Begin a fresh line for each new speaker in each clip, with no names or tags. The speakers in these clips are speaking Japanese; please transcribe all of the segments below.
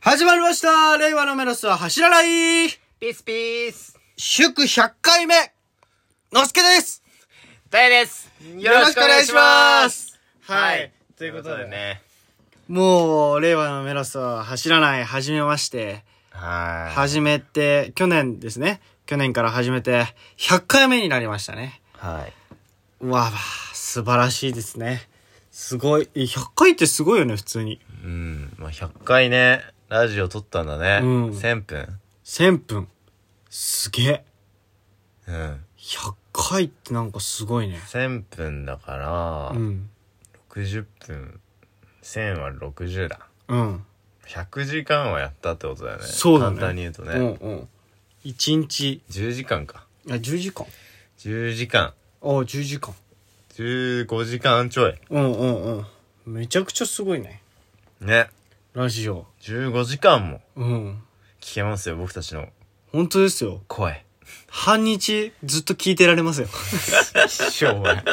始まりました令和のメロスは走らない
ピースピース。
祝100回目のすけです
大変です。よ
ろしくお願いします
はい。
ということで
ね。
もう、令和のメロスは走らない、始めまして、
は
始めて、去年ですね。去年から始めて、100回目になりましたね。
い。はい。
うわあ、素晴らしいですね。すごい。え100回ってすごいよね、普通に。
うん。まあ、100回ね、ラジオ撮ったんだね。
うん
1000分。
1000分。すげえ。
うん。
100回ってなんかすごいね。
1000分だから、
うん。
60分。1000は60だ。
うん。
100時間はやったってことだよね。
そうだね。
簡単に言うとね。
うんうん。1日、
10時間か。
あ、10時間
10時間。
あ、10時間。
15時間ちょい。
うんうんうん。めちゃくちゃすごいね。
ね。
ラジオ。
15時間も
うん。
聞けますよ、僕たちの
本当ですよ。
声。
半日ずっと聞いてられますよ。
しょうがない。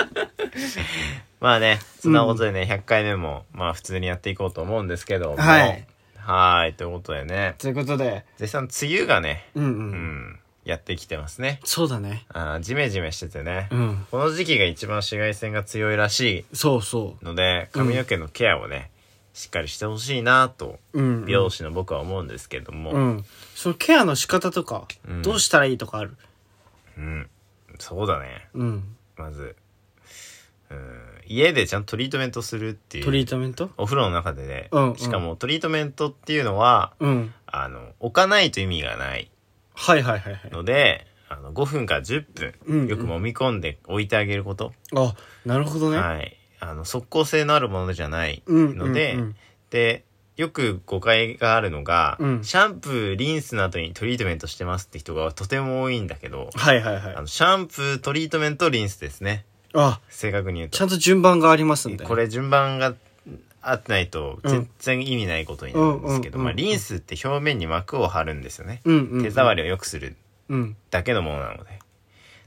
まあね、そんなことでね、100回目も、まあ普通にやっていこうと思うんですけども。
はい。
はーい、という ことでね、
ということで、
絶賛梅雨がね、
うんうん。
うん、やってきてますね。
そうだね。
あージメジメしててね、
うん。
この時期が一番紫外線が強いらし
そうそ
いので、髪の毛のケアをね、しっかりしてほしいなと、
う。うん。
美容師の僕は思うんですけども、
うん。そのケアの仕方とか、
うん
どうしたらいいとかある。
うん、そうだね。
うん。
まず、うん、家でちゃんとトリートメントするっていう。
トリートメント
お風呂の中でね、
うんうん
しかもトリートメントっていうのは
うん。
あの置かないと意味がない
はいはいはいはい。
のであの5分から10分、
うんうん
よく揉み込んで置いてあげること、
あ、なるほどね。
はい、あの即効性のあるものじゃない
うん
ので、
うんうん
でよく誤解があるのが、
うん
シャンプーリンスの後にトリートメントしてますって人がとても多いんだけど、
はいはいはい
あ。のシャンプートリートメントリンスですね
あ、
正確に言うと
ちゃんと順番がありますんで。
これ順番が合ってないと
うん
全然意味ないことになるんですけど、
うんうんうん
まあ、リンスって表面に膜を張るんですよね、
うんうん、うん。
手触りを良くする
うん。
だけのものなので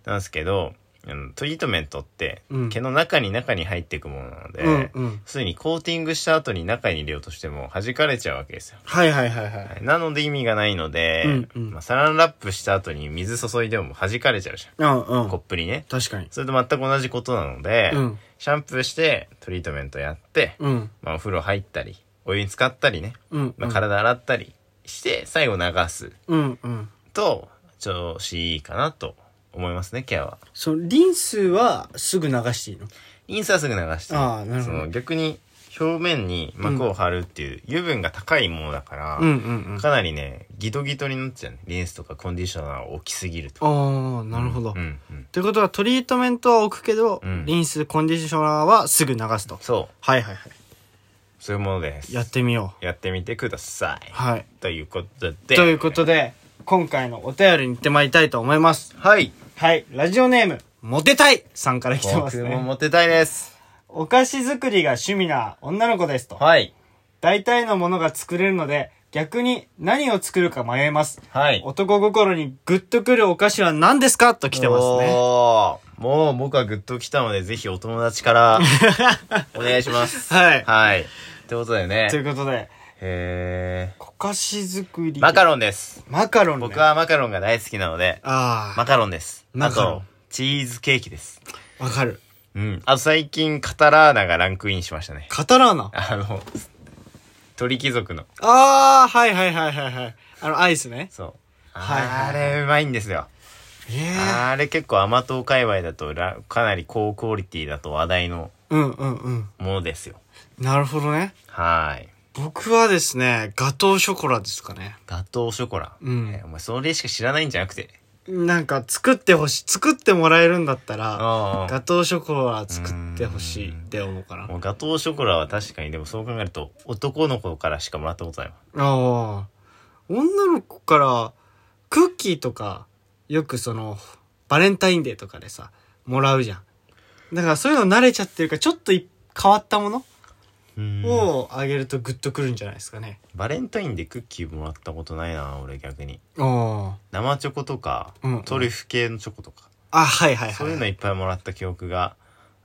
なんですけどあのトリートメントって
うん
毛の中に中に入っていくものなので、
うんうん
すでにコーティングした後に中に入れようとしても弾かれちゃうわけですよ
はいはいはいはい。
なので意味がないので、
うんうん
まあ、サランラップした後に水注いでも弾かれちゃうじゃ
うんうん
んコッ。プにね
確かに。
それと全く同じことなので、
うん
シャンプーしてトリートメントやって、
うん。
まあ、お風呂入ったりお湯に浸かったりね、
うん。
まあ、体洗ったりして最後流す
うんうん。
と調子いいかなと思いますねケアは
その、リンスはすぐ流していいの
インスはすぐ流して
あーなるほ
そ
ど
の逆に表面に膜を張るっていう油分が高いものだから、
うんうんうん。
かなりねギトギトになっちゃうねリンスとかコンディショナーを置きすぎると
ああ、なるほど。
うんうん
ということは、トリートメントは置くけど、
うん
リンス、コンディショナーはすぐ流すと。
そ
はいはいは
うそういうものです
い。やってみよ。
やってみてくださいう
はい。
ということで
ということで、今回のお便りに行ってまいりたいと思います。
はい
はい。ラジオネーム、モテたいさんから来てま
僕
す
も
ね。
モテたいです
お菓子作りが趣味な女の子ですと。
はい
大体のものが作れるので、逆に何を作るか迷います。
はい
男心にグッとくるお菓子は何ですかと来てますね。
おーもう僕はグッと来たので、ぜひお友達から お願いします。
はい
はい。ってことでね
とい。うことで、
え
お菓子作り。
ー、マカロンです。
ン。マカロン、ね。
僕。はマカロンが大好きなので、
あ
マカロンです。
マ
あ
カロン
と、チーズケーキです。
あ、わかる。
うん。あと最近、カタラーナがランクインしましたね。
カタラーナ。
あの、鳥貴族の。
ああ、はいはいはいはいはい。あの、アイスね。
そう。
はいはい
あれ、うまいんですよ。
ええ
あれ結構甘党界隈だとら、かなり高クオリティだと話題の
うんうんうん。
ものですよ。
なるほどね。
はい。
僕はですね、ガトーショコラですかね。
ガトーショコラ。
うん
えお前、それしか知らないんじゃなくて。
なんか作ってほしい。作ってもらえるんだったら、
あ
ガトーショコラ作ってほしいって思うかな。
もうガトーショコラは確かに、でもそう考えると、男の子からしかもらったことないわ。
ああ。女の子から、クッキーとか、よくその、バレンタインデーとかでさ、もらうじゃん。だからそういうの慣れちゃってるから、ちょっとい変わったもの
うん。
をあげるとグッとくるんじゃないですかね。
バレンタインでクッキーもらったことないな、俺逆に。
あ
生チョコとか、
うん
トリュフ系のチョコとか、
あ。あ、はいはいはい。
そういうのいっぱいもらった記憶が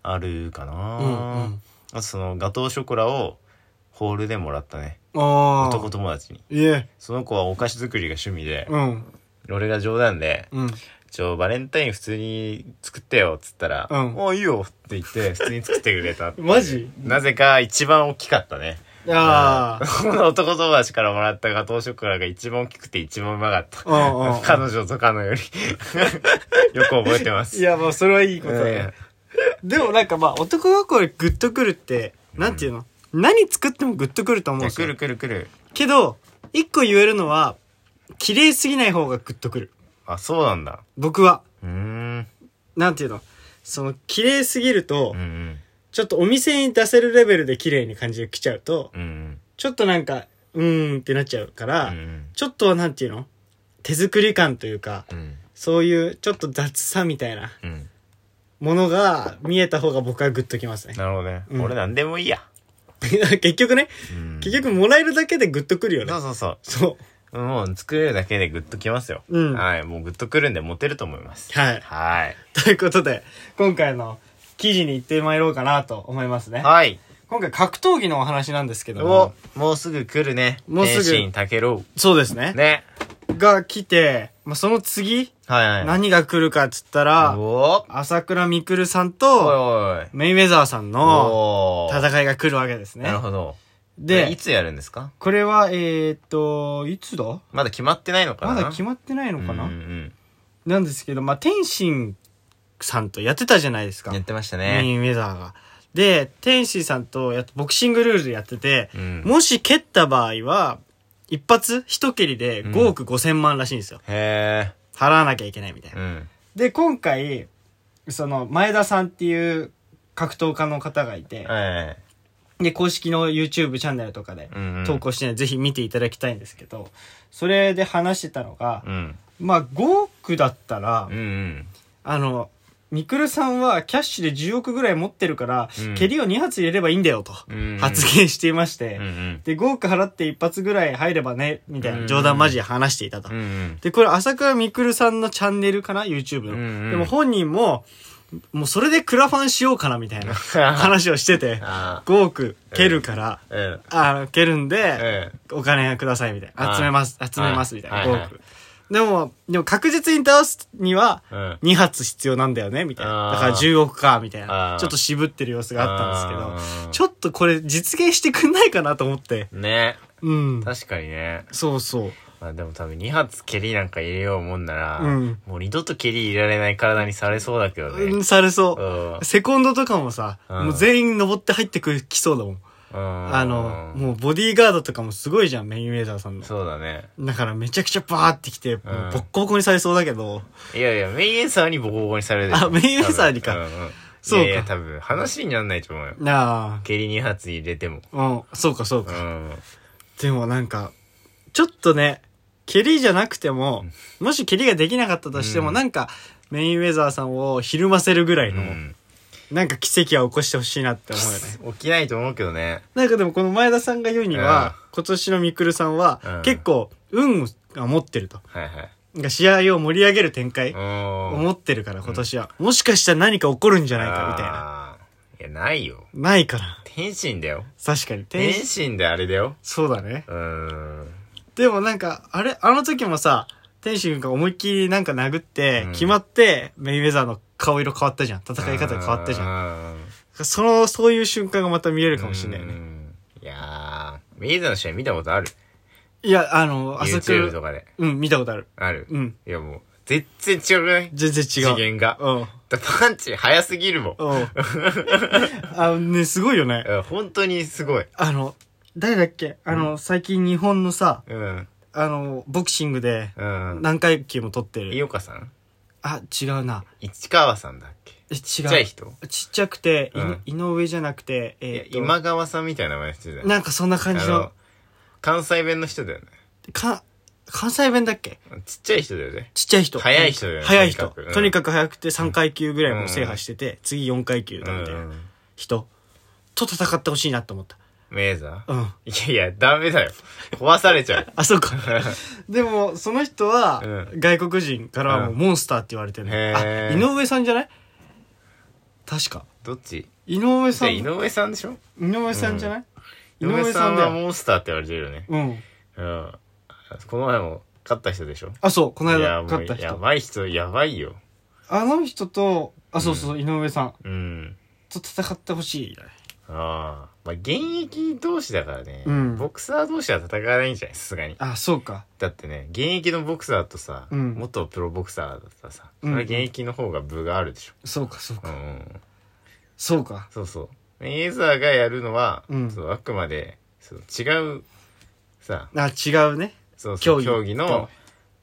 あるかな。
うんうん
あとそのガトーショコラを、ホールでもらったね。
ああ。
男友達に。
いえ。
その子はお菓子作りが趣味で、
うん。
俺が冗談で、
うん。
ちょ、バレンタイン普通に作ってよ、っつったら、
うん
おいいよって言って、普通に作ってくれたっていう。
マジ
なぜか一番大きかったね。
ああ。
この男友達からもらったガトーショコラが一番大きくて一番うまかった。
うんうんうん
彼女とかのより。よく覚えてます。
いや、まあ、それはいいことだ
え
ね。でもなんかまあ、男心グッとくるって、なんていうの何作ってもグッとくると思
え
うんで
いや
す
く
よ
る。くるくる。
けど、一個言えるのは、綺麗すぎない方がグッとくる。
あ、そうなんだ。
僕は。
うーん。
なんていうのその、綺麗すぎると
うんう、ん。
ちょっとお店に出せるレベルで綺麗に感じが来ちゃうと、
うんうん。
ちょっとなんか、うーんってなっちゃうか
う
ら、
ん
ちょっとはなんていうの手作り感というか、
うん。
そういうちょっと雑さみたいな
うん。
ものが見えた方が僕はグッときますね。
なるほどね。
うん
俺なんでもいいや。
結局ね、
うん
結局もらえるだけでグッとくるよね
そ。うそうそう。
そう。
もう作れるだけでグッときますよ。
うん
はい。もうグッとくるんでモテると思います。
はい
はい。
ということで、今回の記事に行ってまいろうかなと思いますね。
はい。
今回格闘技のお話なんですけど
お
も、、
もうすぐ来るね。
もうすぐ
天心武郎。
そうですね。
ね。
が来て、まあ、その次、
はいはい。
何が来るかっつったら、
お
朝倉未来さん
お
と、
おいおい。
メイウェザーさんの
おー
戦いが来るわけですね
なる。ほど。で、い
で、
つやるんですか
これは、えー、っと、いつだ
まだ決まってないのかな
まだ決
ま
まってないのかな、
うん
なんですけど、まあ、天心さんとやってたじゃないです
う
か。
ん。やってました
メイ
ね。
ンウェザーが。で、天心さんとやっボクシングルールでやってて、
うん
もし蹴った場合は、一発一蹴りで5億5千万らしいんですよ。
へ
払わなきゃいけないみたい
え。う
な。
ん。
で、今回、その、前田さんっていう格闘家の方がいて、
え
で、公式の YouTube チャンネルとかで
え。うんうん。
投稿して、ぜひ見ていただきたいんですけど、それで話してたのが、
うん。
まあ5億だったら、
うんうん。
あの、ミクルさんはキャッシュで10億ぐらい持ってるから、
うん
蹴りを2発入れればいいんだよと
うん
発言していまして、
うんうん。
で、5億払って一発ぐらい入ればね、みたい
うん
な冗談マジで話していたと。
うんうん。
で、これ朝倉ミクルさんのチャンネルかな ?YouTube の。
うんうん
でも本人も、もうそれでクラファンしようかなみたい な話をしてて、
あ
5億蹴るから、
あ。うん。
あの蹴るんで、
え
お金がくださいみたい
は
な。
い
集めます、集めますみたいな、
はい
5億。でも、でも確実に倒すには、
え。うん。
2発必要なんだよね、みたいな。
あー
だから10億か、みたい
あ
な
ー。
ちょっと渋ってる様子があったんですけ
あー
ど、ちょっとこれ実現してくんないかなと思って。
ね
うん。
確かにね。
そうそう。
まあでも多分2発蹴りなんか入れようもんなら、
うん
もう二度と蹴り入れられない体にされそうだけどね。
うん、されそう。
うん
セコンドとかもさ、
うん
もう全員登って入ってくる、来そうだもん。あ
あ
の、もうボディーガードとかもすごいじゃん、メインウェザーさんの。
そうだね。
だからめちゃくちゃバーってきて、もううんボッコボコにされそうだけど、
いやいや、メインエンサーにボコボコにされるでしょ
あメインエンサーにか
多分うんうん
そうか
いやいや、多分話にならないと思うよ。
なあ、
蹴り2発入れても。
うん、そうかそう
う
か。
ん。
でもなんか、ちょっとね、蹴りじゃなくても、もし蹴りができなかったとしても、
うん
なんか、メインウェザーさんをひるませるぐらいうの、
ん
なんか奇跡は起こしてほしいなって思うよね。
起きないと思うけどね。
なんかでもこの前田さんが言うには、今年のミクルさんは、
うん
結構、運が持ってると。
はいはい。
なんか試合を盛り上げる展開、を
思
持ってるから今年は、もしかしたら何か起こるんじゃないかみたいな。
な。いや、ないよ。
ないから。
天心だよ。
確かに。天
天
使
心であれだよ。
そうだね。
うん。
でもなんか、あれ、あの時もさ、天心君が思いっきりなんか殴って、
うん
決まって、メインウェザーの顔色変わったじゃん。戦い方が変わったじゃん。
ゃん。
その、そういう瞬間がまた見れるかもしれないよ
う
ね。
んいやー、メイザーの試合見たことある
いや、あの、朝
?YouTube
倉、
とかで。
うん、見たことある。
ある。
うん、
いやもう、全然違くない
全然違う。
次元が。
うん。
だパンチ早すぎるもん。
うん。あのね、すごいよね。
うん本当にすごい。
あの、誰だっけあの、最近日本のさ、
うん。
あの、ボクシングで、
うん。
何回級も取って
井
る。
岡さん
あ、違うな。
市川さんだっけ
え違。
ちっちゃいう人
ちっちゃくて、
うん
いの井上じゃなくて、
いや
えー、っと、
今川さんみたいな名前してたよね。
なんかそんな感じ
あ
の
の、関西弁の人だよね。
か、関西弁だっけ
ちっちゃい人だよね。
ちっちゃい人。
早い人だよね
早い人。
とにかくうん
とにかく早くて3階級ぐらいもう制覇してて、次4階級だみたいな人と戦ってほしいなと思った。
メイザー
うん。
いやいや、ダメだよ。壊されちゃう。
あ、そうか。 でも、その人は
う、
外国人からはもうモンスターって言われてるの。
へ
あ、
ー
井上さんじゃない確か。
どっち
井上
じ
さ
ゃあ
ん。
井
井
上さんでしょ
上さんじゃない井
嫁
上
さ
さ
ん
んだ
は
よ。
モンスターって言われてるよね。
うん。
うん。この前も勝った人でしょ
あ、そう、この
いや、
間
も
勝った
う、や
人。
ばい人、やばいよ。
あの人と、あ、そうそう、井上さん
うん。
と戦ってほしい。
ああ。まあ、現役同士だからね。
うん
ボクサー同士は戦わないんじゃないさすがに。
あ、そうか。
だってね、現役のボクサーとさ、
うん
元プロボクサーだったらさ、そ
うん
れは現役の方が部があるでしょ。
そうか、そう
う
か。
ん、うん。
そうか。
そうそう。エーザーがやるのは、
うん
そうあくまで、そう違う、さ、
あ、違うね。
そうそ
競
う、
技
競技の、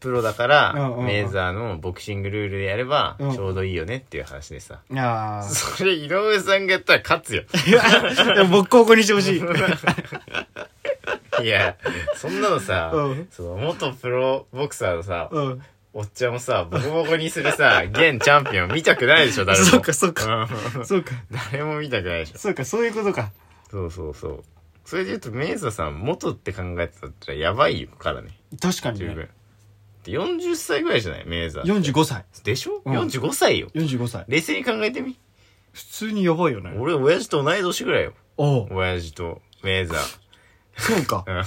プロだから、
うんうんうん
メーザーのボクシングルールでやれば、
うん
ちょうどいいよねっていう話でさ。
ああ。
それ、井上さんがやったら勝 つよ。
でも僕ここにしてほしい。
いや、そんなのさ、
うん
その元プロボクサーのさ、
うん。
おっちゃんをさ、ボコボコにする さ、現チャンピオン見たくないでしょ、誰も。
そうか、そうか。
うん
そうか。
誰も見たくないでしょ。
そうか、そういうことか。
そうそうそう。それで言うと、メイザさん、元って考えてたったらやばいからね、
確かに
十分。
ね。
で40歳ぐらいじゃないメイザー。
45歳。
でしょ、
うん
?45 歳よ。
45歳。
冷静に考えてみ。
普通にやばいよね。
俺、親父と同い年ぐらいよ。
おう
親父と、メイザ
そうか。
ー。
や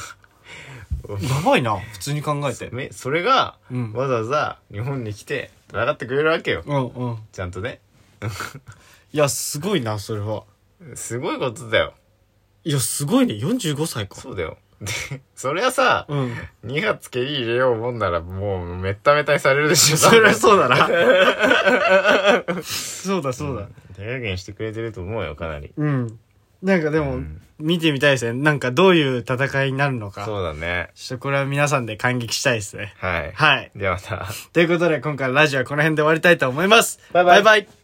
ばいな。普通に考えて
うん。。めそれが、
うん。
わざわざ日本に来て、戦ってくれるわけよ。
うんうん。
ちゃんとね。
いや、すごいな、それは。
すごいことだよ。
いや、すごいね。45歳か。
そうだよ。で、そりゃさ、
うん。
2発蹴り入れようもんなら、もう、めっためったにされるでし ょ。
そりゃそうだな。 そうだ、そうだ。
手加減してくれてると思うよ、かなり。
うん。なんかで
う
も
ん、
見てみたいですね。なんかどういう戦いになるのか。
そうだね。
ちょっとこれは皆さんで感激したいですね。
はい。
はい。
ではまた。
ということで、今回のラジオはこの辺で終わりたいと思います。
バイバイ
バイバイ